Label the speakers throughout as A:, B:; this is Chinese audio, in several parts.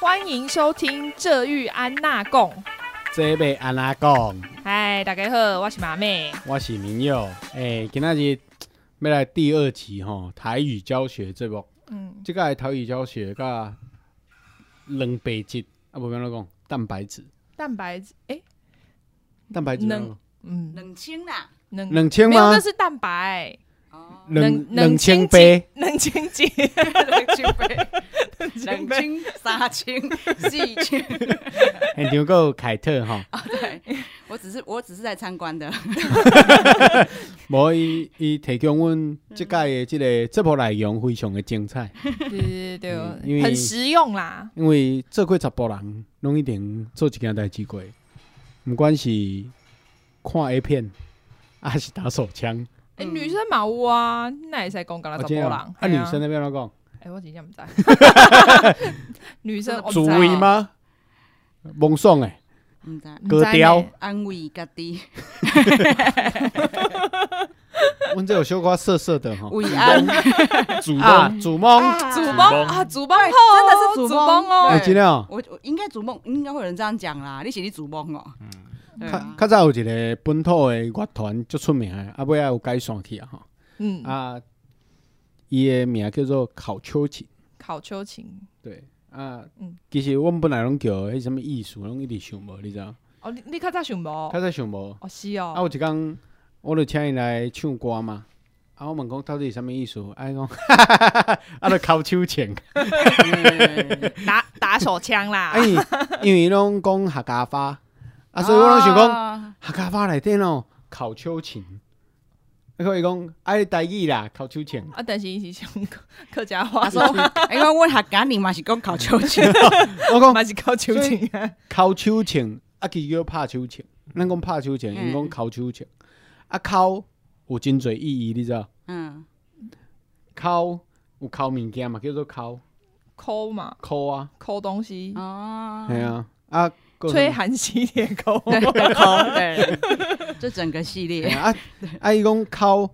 A: 欢迎收听《这玉安娜贡》。
B: 这位安娜讲，
A: 嗨，大家好，我是马妹。
B: 我是明佑。诶、今仔日要来第二集吼，台语教学节目。
A: 嗯，
B: 即个台语教学甲蛋白质，啊，无安怎讲？蛋白质，
A: 蛋白质，哎、
B: 蛋白质啊
A: 两
B: 怎么
A: 嗯，
C: 冷清啦。
A: 能
B: 讲，两千
A: 没有，
B: 吗
A: 那？是蛋白，
C: 哦，
B: 两
A: 能能
B: 两千
A: 清
B: 杯，
A: 能清洁，
C: 冷清杯，
A: 冷清
C: 冷清、杀青、 细清。
B: 很牛够凯特吼。
C: 啊，对，我只是我只是在参观的。
B: 无伊伊提供阮即届的即个节目内容非常的精彩，
A: 对对对对
B: 嗯因为
A: 很实用啦。
B: 因为做过十甫人，拢一定做一件代志过，毋管是看 A 片，啊还是打手枪，
A: 哎、
C: 嗯
A: 女生嘛有啊，那也是讲讲了
B: 啊
A: 查甫
B: 这样
A: 人。
B: 啊，啊
A: 嘿
B: 女生那边怎讲？
A: 哎、我真正不知道。女生我不
B: 主
A: 知道
B: 位吗？梦爽诶，
C: 唔知
A: 不知道
B: 割雕
A: 呢
C: 嗯安慰家己，
B: 阮这有小可涩涩的吼，
C: 慰安。
B: 主
A: 啊
B: 哦梦主梦，
A: 主
C: 主
A: 崩啊，主崩后
C: 真的是主
A: 主
C: 崩
A: 崩哦。
B: 哎，
C: 对
B: 真的哦。
C: 我我应该逐梦，应该会有人这样讲啦。你是你逐梦哦。
B: 嗯
A: 嗯
C: 对
B: 较
C: 啊
B: 较早有一个本土的乐团足出名的，啊尾仔有改线去啊吼，
A: 嗯，
B: 啊，伊的名叫做考秋瑾。
A: 考秋琴。
B: 对啊
A: 嗯，
B: 其实阮本来拢叫迄什物艺术，拢一直想无，你知影？
A: 哦，你你较早想无？
B: 较早想无，
A: 哦，是哦。
B: 啊，有一工我就请伊来唱歌嘛。啊，我问讲到底是啥物意思？啊，伊讲， 啊，就靠手枪。
C: 嗯
A: 打打手枪 啦
B: 啊，。因为因为伊拢讲客家话，啊，所以我拢想讲
C: 啊
B: 客家话内底哦，靠手枪。啊，所伊讲，啊，你台语啦，靠手枪。
A: 啊，但是伊是上客客家话
B: 啊
C: 他，说，因为哎我客家人嘛是讲考秋千，
B: 我 讲
A: 嘛是靠秋琴啊。
B: 靠手枪，啊，其实叫拍手枪。咱讲拍手枪，因讲
C: 嗯
B: 靠手枪。啊，靠有真侪意义，你知道？
C: 嗯，
B: 烤有烤物件嘛，叫做烤
A: 抠嘛，
B: 烤啊，
A: 抠东西，
C: 哦，
B: 系啊，啊，还有
A: 吹
B: 什么
A: 寒西铁抠。
B: 哦
C: 对，对对，对这整个系
B: 嘿
C: 列，
B: 啊，啊，伊讲烤，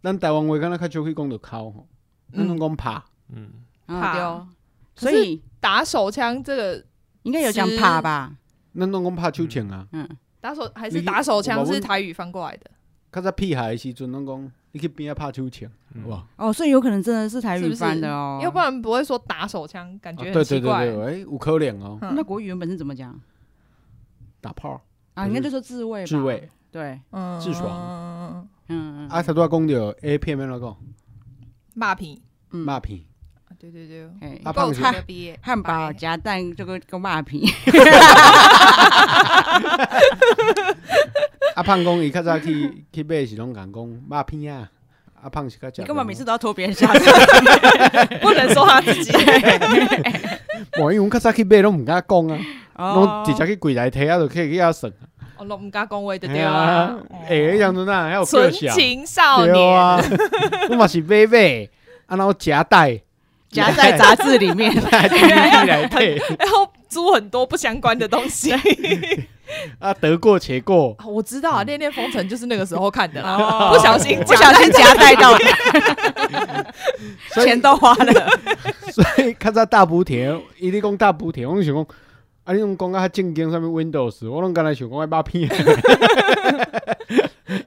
B: 咱台湾话敢若较少去讲着烤吼，
A: 嗯
B: 咱拢讲拍，
D: 嗯，
A: 怕
C: 嗯，对哦，
A: 可
C: 所
A: 是
C: 以
A: 打手枪这个
C: 应该有讲
A: 是
C: 怕吧？
B: 咱拢讲拍手枪啊。
C: 嗯，
A: 打手还是
B: 你
A: 打手枪
B: 我们
A: 是台语翻过来的，
B: 较早屁孩的时阵，拢讲你去边仔拍手枪，好不好？
C: 哦，所以有可能真的是台
A: 是不
C: 语
A: 是
C: 翻的哦，
A: 要不然不会说打手枪，感
B: 啊
A: 觉
B: 对
A: 很
B: 对对
A: 奇怪。
B: 对，哎，有可能哦，
C: 那
A: 嗯
C: 国语原本是怎么讲
B: 打炮
C: 啊？
B: 不
C: 应该
B: 是
C: 就说自卫吧，
B: 自卫，
C: 对，
A: 嗯
B: 自爽
A: 爽，
C: 嗯嗯
B: 啊，
C: 嗯，
B: 头拄仔讲着 A 片要怎讲？
A: 骂皮，
C: 嗯
B: 肉片，
A: 啊对对对，
C: 嘿哦
B: 啊
A: 够
B: 胖
A: 差
B: 子
A: 的毕业
C: 汉堡夹蛋这个个马 皮，
B: 啊，胖讲伊较早去去买是拢共讲肉片啊，啊，胖是较食。
C: 你干嘛每次？都要拖别人下水？
A: 不能说他自己。
B: 我因为阮较早去买拢毋敢讲啊，
C: 哦
B: 拢直接去柜台摕啊，就去去遐算。
A: 我拢唔敢讲话就
B: 嘿
A: 对
B: 啊
A: 啊，哦，
B: 哎，迄当阵啊，还有
A: 纯
B: 个性，
A: 情少
B: 对
A: 年，
B: 啊， 我嘛是买买，啊，然后夹带，
C: 夹在杂志里面，
B: 带进去来配，
A: 然后租很多不相关的东西。
B: 啊，得过且过，
A: 啊我知道啊，《恋恋风尘》就是那个时候看的啦，
C: 哦
A: 不小心
C: 不小心夹带到了，
B: 所
C: 钱
B: 以
C: 都花 了，
B: 所以较早大补贴，伊咧讲大补贴，我就想讲，啊，你拢讲啊，正经上面 Windows，我拢刚才想讲爱把片，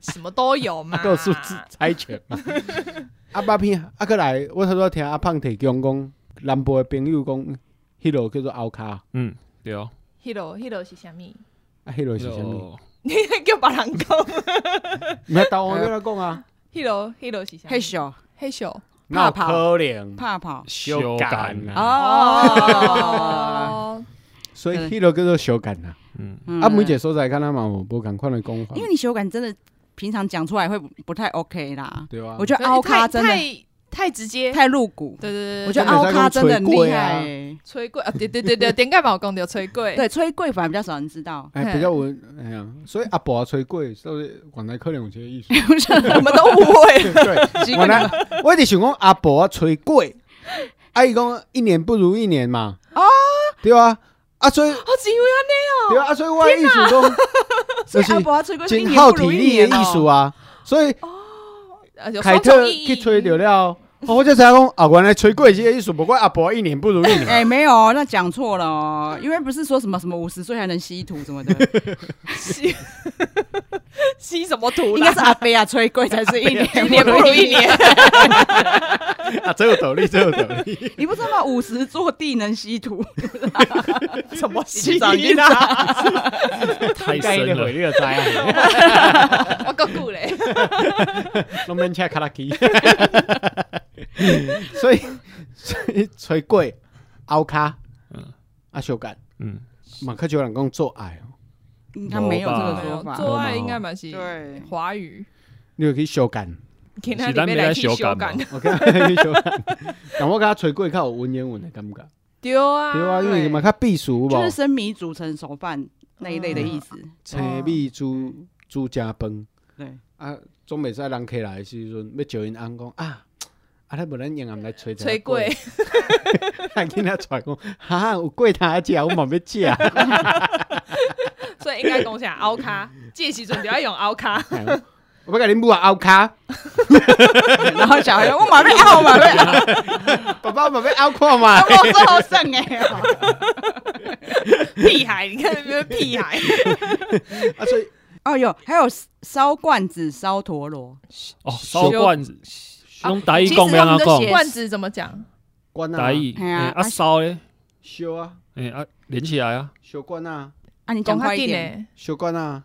A: 什么都有嘛
B: 啊，。告诉自猜拳嘛，啊，把片，啊，过来，我头拄仔听阿胖提供讲，南部的朋友讲，迄落叫做后卡，啊，
D: 嗯，对哦，
A: Hero Hero 是啥物？
B: 迄落是啥物？
D: 就
A: 你叫别人讲
B: 毋要台湾要来讲啊，
A: Hero Hero 是啥物？
C: 嘿咻，
A: 嘿咻
B: 哪有
C: 怕跑
B: 可能。
C: 怕跑
D: 修改
B: 修改
D: 啊，
C: 哦。
A: 哦，
B: 所以
C: 对
B: 迄落叫做小感呐。
D: 嗯，
C: 嗯
B: 啊，每一个所在敢若嘛有无共款的讲法
C: 因，为你修改真的平常讲出来会不不太 OK 啦，
B: 对啊
C: 我，
A: 哦
C: 觉得凹咖真的
A: 太太直接，
C: 太露骨，
A: 对对对对，
C: 我觉
B: 真
C: 得
B: 的
C: 凹
B: 在
C: 咖
B: 用
C: 真的很
B: 捶
C: 厉
B: 柜啊，
C: 害欸，
A: 吹柜啊，对对对对，点解把我讲掉吹柜？
C: 对，吹柜反而比较少人知道
B: 哎，比较文，哎呀，所以阿婆吹过，所以原来可能有这个意思。
C: 不是
A: 我们都误会了。
B: 对，
C: 习
B: 原
C: 惯
B: 来我一直想讲阿婆啊吹过，啊伊讲一年不如一年嘛。
C: 哦
B: 啊，对啊，啊所以
A: 哦，是因为
B: 对
C: 哦
B: 啊，啊所以我的意思讲，就
C: 阿
B: 是
C: 伯啊吹过是一
B: 真
C: 年哦
B: 耗
C: 不
B: 体
C: 如一
A: 啊
B: 力
C: 年
B: 的意
C: 哦
B: 思啊。所以
A: 他呃有
B: 凯
A: 双重
B: 特
A: 意义
B: 去吹着了，哦，我才知道讲啊，原来吹过这个意思，不过阿伯一年不如一年。啊
C: 哎、没有，那讲错了哦，因为不是说什么什么五十岁还能吸土什 么的，
A: 吸 吸什么土
C: 应
A: 啦
C: 该？是阿贝啊吹贵才 是一年
A: 一年不如一年，
B: 啊，这有道理，这有道理。
C: 你不知道吗？五十坐地能吸土，
A: 什 么
C: 一
A: 吸
C: 张一
A: 啦？
D: 太深了。
B: 你就知啊，
A: 我够久嘞，
B: 拢免车卡拉机。所以，所以吹过凹卡，
D: 嗯
B: 啊修改，
D: 嗯，
B: 嘛较少人讲做爱哦，
C: 应该没有这个说法。
A: 做爱应该蛮是
C: 对，
A: 华语，
B: 你就去修改。
A: 给
D: 是
A: 他
D: 咱
A: 里面
D: 没来
A: 来去
D: 修
A: 修改
D: 改 嘛。
B: OK，去修改。但我感觉吹过较有文言文的感觉，
A: 对啊，
B: 对啊，因为嘛较避暑无，
C: 就是生米煮成熟饭那一类的意思。
B: 青米煮煮加饭。
A: 嗯
C: 对，
B: 啊，总袂使人客来的时阵，要招因翁讲啊，啊，咱无咱用暗来吹一下
A: 吹过，
B: 啊，囡仔出来讲，哈、有过他食，我嘛要食。
A: 所以应该讲啥凹 卡，这时阵就要用凹卡，
B: 哎我要甲恁母啊，拗卡，
C: 然后小孩说我马上要，我马上要，
B: 爸爸嘛要拗看嘛。
C: 我最后剩哎哦。
A: 屁孩，你看有没有屁 孩？
B: 啊，所以
C: 哦，有还有烧罐子、烧陀螺，
D: 哦，烧罐子，用台语
A: 啊其实
D: 啊讲，
A: 他们
D: 要安怎
A: 的
D: 讲？
A: 罐子怎么讲？
B: 管啊
D: 台，语，
C: 嘿啊
D: 哎
C: 啊
D: 啊烧诶，
B: 烧啊，
D: 哎啊连起来啊，
B: 烧管啊，
C: 啊，你讲快一点，
A: 呢，
B: 烧管啊，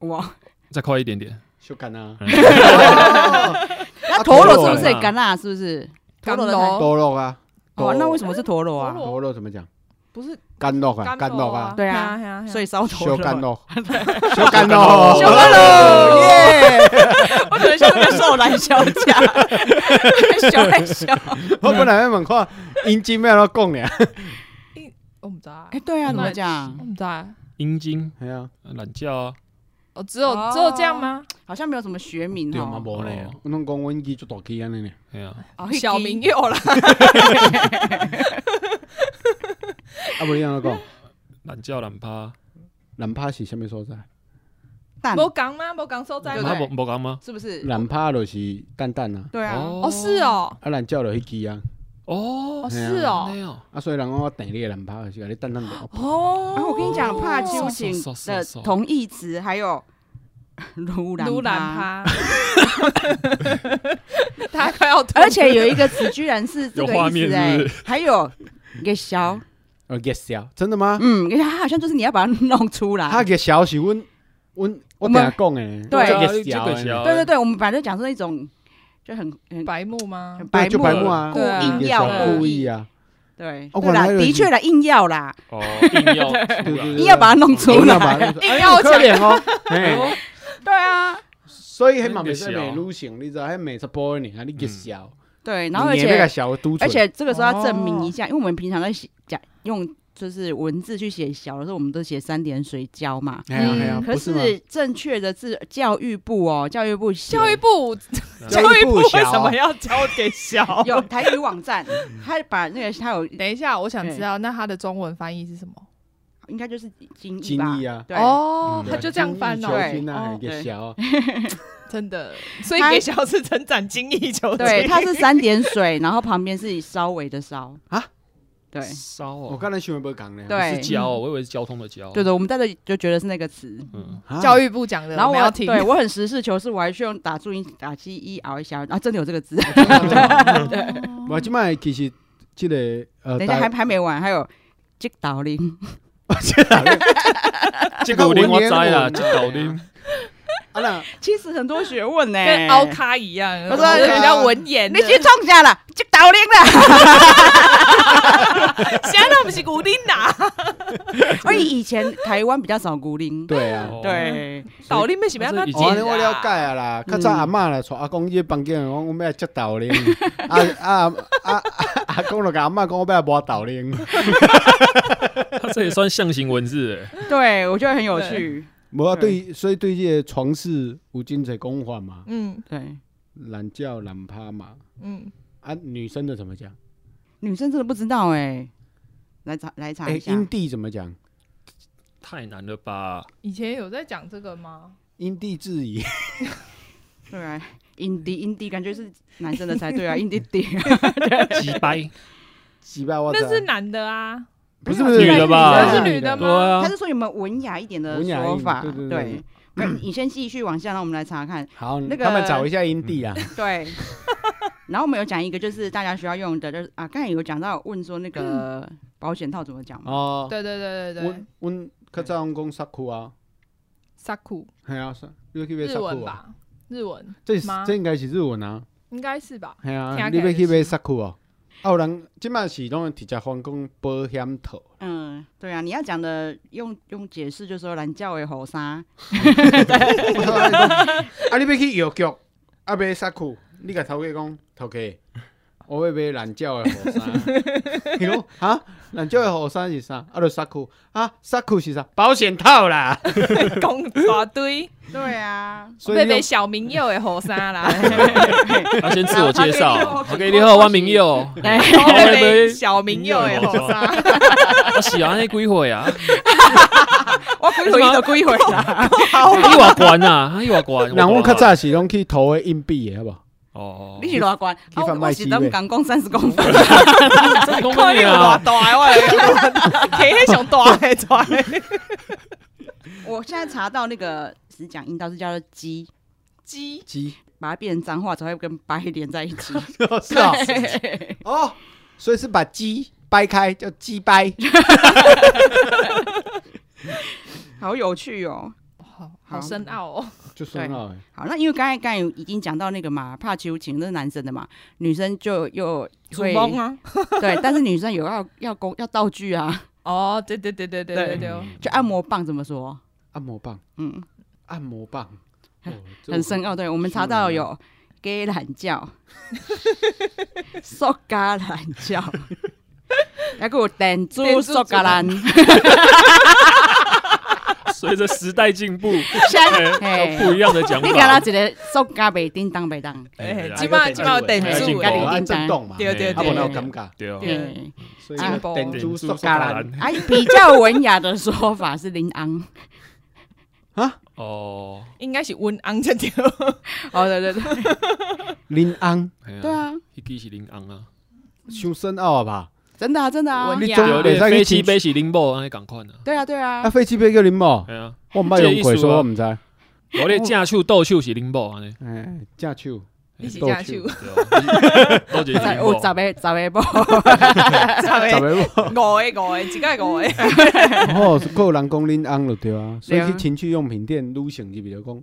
C: 哇，
D: 再快一点点。
B: 烧干啊。
D: 嗯
C: 那
B: 啊
C: 陀螺是不
D: 陀
C: 是
D: 螺啊
C: 橄榄？是不是？
A: 干
C: 陀螺
A: 螺
B: 多肉啊，
C: 哦，那为
B: 么
C: 什么是陀螺
A: 陀
C: 啊？
A: 螺
B: 多肉怎么讲？
A: 不是
B: 干肉啊，
A: 干
B: 干肉啊，
C: 对啊
A: 啊
C: 所
A: 以
C: 以烧
B: 烧
C: 陀螺。哦
B: 干肉，烧干肉，
D: 烧干
A: 肉
B: 耶！
C: 我可能像那个瘦男小家，小来小。
B: 我本来要问看，因真要安怎讲呢？
A: 我不知道啊
C: 哎，，对啊，怎么讲
A: 我？不知道啊，
D: 阴茎
B: 系啊，
D: 懒觉啊，
A: 哦，只有只有这样吗？
C: 好像没有什么学名
B: 对嘛
C: 哦。
B: 无咧
D: 哦，
B: 我拢讲阮机就大机安尼呢。
D: 哎呀，
C: 哦
A: 小明，有啦，
B: 啊，无你安怎讲？
D: 懒觉懒趴，
B: 南趴是啥物所在？
C: 蛋
A: 没讲吗？没讲所在
C: 对
A: 吗
D: 啊
C: 不？对
D: 无无讲吗？
C: 是不是？
B: 南趴就是蛋蛋啊，
C: 对啊，
A: 哦，是，哦，
B: 啊，咱叫了迄支啊，
A: 哦
D: 哦，
A: 是哦，
D: 安尼哦，
B: 啊，所以人讲我等你的南趴就是甲你蛋蛋的。
A: 哦
C: 然啊后我跟你讲，怕纠
D: 是
C: 情
D: 是是
C: 的
D: 是
C: 同义词还有 如兰
A: 撸兰
C: 趴，
A: 趴，他快要吐，
C: 而且有一个词居然是这
D: 有
C: 个
D: 画
C: 意
D: 面
C: 思
D: 是
C: 哎
D: 不，
C: 还有给小，
B: 哦，月销真的吗？
C: 嗯，它好像就是你要把它弄出来
B: 啊，。月销是阮阮我
C: 我
B: 定
C: 们
B: 讲诶，
C: 对
D: 啊
B: 月销
D: 这个
B: 的，
D: 小
C: 对对对，我们反正讲说一种就很很
A: 白目吗
C: 很？
B: 对就白
C: 目
B: 目啊，
C: 故
A: 对啊
B: 月
C: 意
B: 销
C: 要
A: 的
B: 故意啊，
C: 对
B: 哦
C: 对
B: 原
C: 啦，
B: 来有
C: 的确啦，硬要啦，
D: 哦，硬要
B: 对对
C: 硬要把它弄出
B: 硬要
C: 来
B: 把。 它弄出
A: 硬要
B: 哎可怜哦，嘿
C: 对啊，
B: 所以迄嘛袂使
D: 月销
B: 美女性，你知道迄美十波年
D: 嗯
B: 啊，你月销，
C: 对，然后而
B: 你那
C: 且
B: 个哦小督促
C: 而，且这个时候要证明一下，因为我们平常在写讲用就是文字去写小的时候，我们都写三点水教嘛。
B: 哎呀哎呀，
A: 嗯
B: 不
C: 可
B: 吗
C: 是正确的字教育部哦，教育部写
A: 教育部，
B: 教
A: 教
B: 育
A: 育
B: 部
A: 部为什
B: 小啊
A: 么要交给小？
C: 有台语网站，他把那个他有
A: 等一下，我想知道，那它的中文翻译是什么？
C: 应该就是精
B: 精
C: 益吧
B: 益？啊，
C: 对，
A: 哦
B: 嗯，
A: 他就这样翻
B: 精益
A: 哦，
B: 求精啊，
A: 哦
B: 还给小，
A: 真的， 所以
C: 他
A: 给小是成长精益求精。
C: 对，它是三点水，然后旁边是稍微的稍
B: 啊，
C: 对
D: 烧
B: 我
D: 哦，
B: 刚才想不讲呢，
C: 对
D: 是交哦，我以为是交通的交。
C: 对，的，我们在这里就觉得是那个词。
D: 嗯，
B: 啊
A: 教育部讲的，
C: 然后
A: 我们
C: 我
A: 要听。
C: 对我很实事求是，我还去用打注音打击一熬一下，啊，真的有这个字。
B: 我即摆其实即、个呃，
C: 等一下还
B: 台
C: 还没完，还有击倒铃，
D: 这个我知啦，这
B: 这
D: 个
B: 个
D: 我
B: 有念啊那
C: 其实很多学问呢、
B: 哎
A: 跟 凹咖一样，
C: 我说
A: 我啊比较文言
C: 哦你
A: 的。
C: 去冲下了，击倒铃了。
A: 想到不是古丁啊 呐，
C: 而且哎以前台湾比较少孤零，
B: 对啊，
D: 哦
C: 对，
A: 倒立为什么要
D: 这
A: 他
D: 已经
B: 哦，安尼我了解啊啦，较早阿嬷来带阿公去房间，讲我们要接豆奶，啊啊啊啊阿公就甲阿嬷讲我们要抹豆奶，
D: 它 这也算象形文字哎。
C: 对我觉得很有趣。
B: 无啊对，所以对这个床事有真侪讲法嘛，
A: 嗯
C: 对，
B: 懒觉懒趴嘛，
A: 嗯，
B: 啊女生的怎么讲？
C: 女生真的不知道哎、来查来查
B: 哎
C: 一，下。
B: 阴蒂怎么讲？
D: 太难 了吧？
A: 以前有在讲这个吗？
B: 因地制宜，
C: 对，印地印地感觉是男生的才对啊，印地地
D: 鸡掰，
B: 几百我知道
A: 那是男的啊，
B: 不是不是
D: 女的吧
A: 那是女的
D: 对
A: 吗
D: 啊
C: 他，是说有没有文雅一点的
B: 文雅一
C: 说
B: 点
C: 法？
B: 对对对
C: 对，可你先继续往下，让我们来查看。
B: 好，
C: 那个
B: 他们找一下阴蒂啊，
C: 对， 然后我们有讲一个，就是大家需要用的，就是啊，刚才有讲到问说那个保险套怎么讲嘛？
B: 哦，
A: 对对对对对
B: 阮，阮较早拢讲萨库啊，
A: 萨库
B: 系啊，萨你去买
A: 日
B: 萨
A: 文
B: 库啊，
A: 吧，日文
B: 这是
A: 吗
B: 这应该是日文啊，
A: 应该是 吧？
B: 系啊，
A: 听
B: 你
A: 起来
B: 要去
A: 就是
B: 买萨库哦。啊，有人即摆是拢直接翻讲保险 套，
C: 嗯，对啊，你要讲的用用解释，就是说蓝教的猴沙，
B: 啊，你要去药局，啊买萨库，你甲头家讲，头家，我要买蓝鸟的雨 伞。伊讲哈，蓝鸟的雨伞是啥？啊，就萨库啊，萨库是啥？保险套啦。
A: 讲大堆，
C: 对啊，
B: 所以
A: 被
B: 你
A: 被
B: 用
A: 小明佑的后生啦，
D: 他先自我介绍，
C: 好
D: 我
C: 给
D: 给
C: 你
D: 你
C: 好
D: 好
C: 我
D: 我
C: 明
D: 明
C: 佑
D: 佑，
A: 被被小明佑哎的后生，
D: 我喜欢那几岁啊，
C: 我归回都归回啦，
D: 伊外悬啊，他伊外悬，
B: 人阮较早是拢去投诶硬币诶，好无？
D: 哦，
C: 你是多高？
B: 去贩
C: 啊我
B: 卖
C: 是
B: 机
C: 等
B: 呗
C: 港 工三十公分，
D: 真讲
A: 看你
D: 你
A: 有偌
D: 啊，
A: 大的，我的天迄上大的出来，
C: 我现在查到那个只讲阴道是叫做鸡，
A: 鸡
B: 鸡
C: 把它变成脏话才会跟白连在一起。
B: 是 啊，哦，所以是把鸡掰开叫鸡掰。
C: 好有趣哦！
A: 好好深奥哦，
B: 就算了、
C: 好，那因为刚才刚才有已经讲到那个嘛，怕求情那是男生的嘛，女生就又
A: 主
C: 会
A: 梦啊，
C: 对，但是女生有要要工要道具啊，
A: 哦，对对对对对对对，
D: 嗯
C: 就按摩棒怎么说？
B: 按摩棒，
C: 嗯，
B: 按摩棒，哦这
C: 很深奥。对我们查到
B: 啊
C: 有给懒觉、 塑嘎懒 觉，还给我等住塑嘎懒，
D: 随着时代进步，
C: 像
D: 有不一样的讲
C: 哎你给他
D: 法，
C: 一个塑嘎袂叮当袂当，
A: 哎，
D: 哎
A: 起码起码有
B: 等
A: 电
D: 哎
A: 柱
D: 进步
A: 诶，
C: 哎
B: 按震动嘛，
A: 对对
B: 啊，无
A: 对
B: 哪有感觉，
D: 对哦，
A: 对
C: 对，
B: 所以那个电珠塑胶篮，
C: 哎，比较文雅的说法是林昂。
D: 哦，
A: 应该是温昂才对，
C: 哦，对对对，
B: 林安，
D: 哎嗯
C: 对，啊，
D: 一记是林昂啊，
B: 伤深奥了吧？
C: 真的啊，真的啊
A: 文，
B: 你
A: 呀
B: 总
D: 有
B: 袂
D: 点
B: 使
D: 飞
B: 去
D: 机
B: 亲
D: 杯是林某，安尼共款啊，
C: 对啊，对
B: 啊，
C: 啊，
B: 飞机杯叫林某，
D: 哎呀，
B: 我毋捌用过，所以我毋知。
D: 我咧正手斗手是林某安尼，
B: 哎，正手，
A: 你是家
B: 斗
A: 手，
D: 对哦， 都是林
C: 有
D: 某
C: 十，啊个十个不，
B: 十
A: 啊十个
B: 个某，
A: 五个五个，一个五个，
B: 哦，是有人讲林安就对啊，所以
C: 对啊
B: 去情趣用品店女性就比如讲，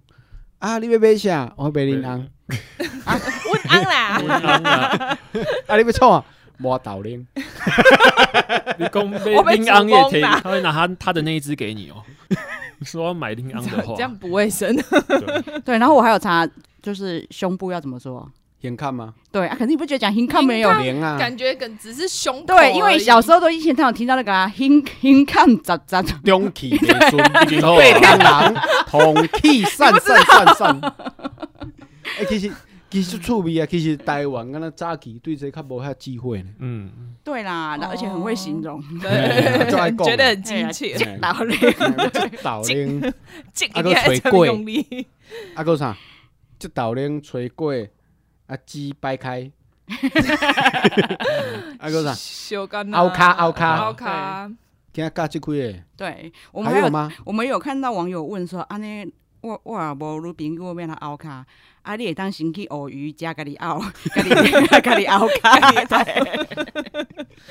B: 啊，你要买啥？我要买林安，
A: 温昂啦，
D: 林昂啊，
B: 啊，你要创啊？摸豆奶。
D: 你讲
A: 我被
D: 被林昂也可
A: 主攻
D: 以，
A: 啦
D: 他会拿他他的那一只给你哦。你哦 说要买林昂的话
A: 这，样不卫生，
D: 对
C: 对，然后我还有查，就是胸部要怎么说？
B: 眼看吗？
C: 对啊，可是你不觉得讲 hing 没有？
B: 零啊，
A: 感觉跟只是胸口
C: 对，因
A: 而
C: 为
A: 已
C: 小时候都以前他有听到那个啊 hing hing 杂杂，
B: 中气未顺，
D: 已经好啊
B: 被人同气散散散散。 哎，其实其实趣味啊，其实台湾敢若早期对这较无遐智慧呢。
D: 嗯，
C: 对啦，
A: 哦
C: 而且很会形容，
A: 嗯
B: 哎就爱
A: 对，
B: 讲
A: 觉得很亲切，
B: 哎
C: 然后嘞，
B: 豆奶，
A: 这
B: 啊
A: 个
B: 还
A: 还
B: 吹
A: 真
B: 过
A: 用力，
B: 啊个啥？这豆奶吹过，啊鸡掰 开，啊个啥？
A: 小干啊
B: 凹卡凹
A: 凹
B: 卡，
A: 卡，
B: 今仔教即几个？
C: 对我们
B: 还
C: 还
B: 有
C: 有
B: 吗？
C: 我们有看到网友问说，啊那我我也无女朋友变他凹卡，啊你会当先去学瑜伽，家己凹， 家己家己凹卡，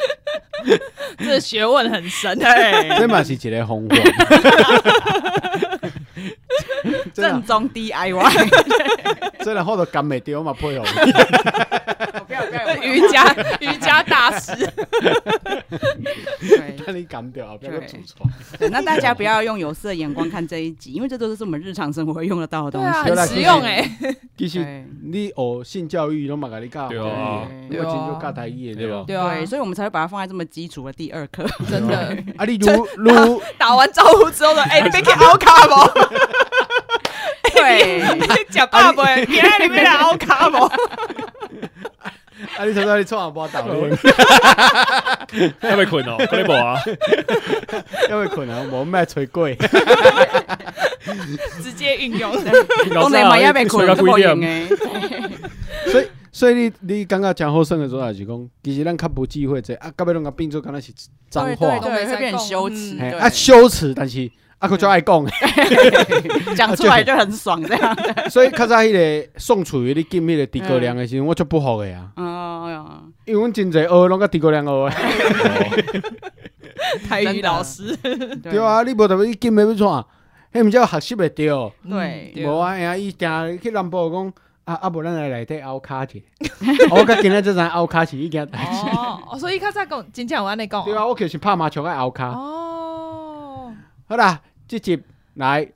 A: 这学问很 深，
B: 这嘛是一个方 法。真
C: 正
B: 的，
C: 宗 DIY。
B: 真的，我都干袂着嘛，配合。
C: 不要不要
A: 瑜伽瑜伽大师，
C: 对
B: 那你干掉后壁个
C: 对
B: 主厨。
C: 那大家不要用有色的眼光看这一集，因为这都是我们日常生活会用得到的东
A: 对
C: 西。
A: 啊，
B: 对啦
A: 很实用哎，
B: 其实
C: 对
B: 你学性教育拢嘛甲你教，
D: 对啊
B: 我真就教台语的对吧？
A: 对啊，
C: 对，所以我们才会把它放在这么基础的第二课。
A: 真的
B: 啊，你如如
A: 打完招呼之后呢，哎，你别去凹卡 不？
C: 对，
A: 你假爸爸，哎你在里面来凹卡 不？
B: 啊，你头先你创下波倒咧，
D: 要被困哦，快点啊！
B: 因为可能啊无卖吹 过，
A: 直接运用，
C: 东
D: 老师
A: 哎
C: 南
D: 啊
C: 亚要被捆
D: 睡到
C: 过
D: 几
C: 瘾
D: 点？
C: 哎，
B: 所以你你感觉真好耍的时候，就是讲，其实咱较无智慧者，啊，到尾拢甲变做敢若是脏
C: 对对
B: 话，
C: 对，会变羞耻，
B: 嘿
C: 对嗯
B: 啊，羞耻，但是啊，佫就爱讲的，
C: 讲出来就很爽这样。
B: 所以较早迄个宋楚瑜咧禁迄个诸葛亮的
C: 嗯
B: 时阵，我就不服的啊，
C: 哦，
B: 因为阮真侪学拢甲诸葛亮学的，
A: 台语老师，
C: 对
B: 对，啊，你无特别禁的要怎样？迄毋叫学习袂着，
C: 对
A: 对
B: 无啊，哎呀，伊定去南部讲，啊啊，无咱来内底凹卡去，我甲今仔即阵凹卡是一件代志，
A: 哦，哦所以较早讲，真正有安尼讲哦，
B: 对啊，我就是拍麻将爱凹卡。
A: 哦，
B: 好啦，这集来，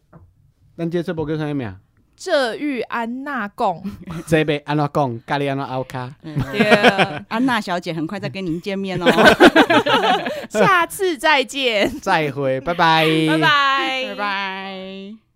B: 咱这节目叫啥名？
A: 这玉安娜贡，
B: 这要安怎讲？家己安怎拗卡？
C: 嗯
A: 对，啊
C: 安娜小姐很快再跟您见面哦，
A: 下次再见，
B: 再会，拜拜，
A: 拜拜，
C: 拜拜。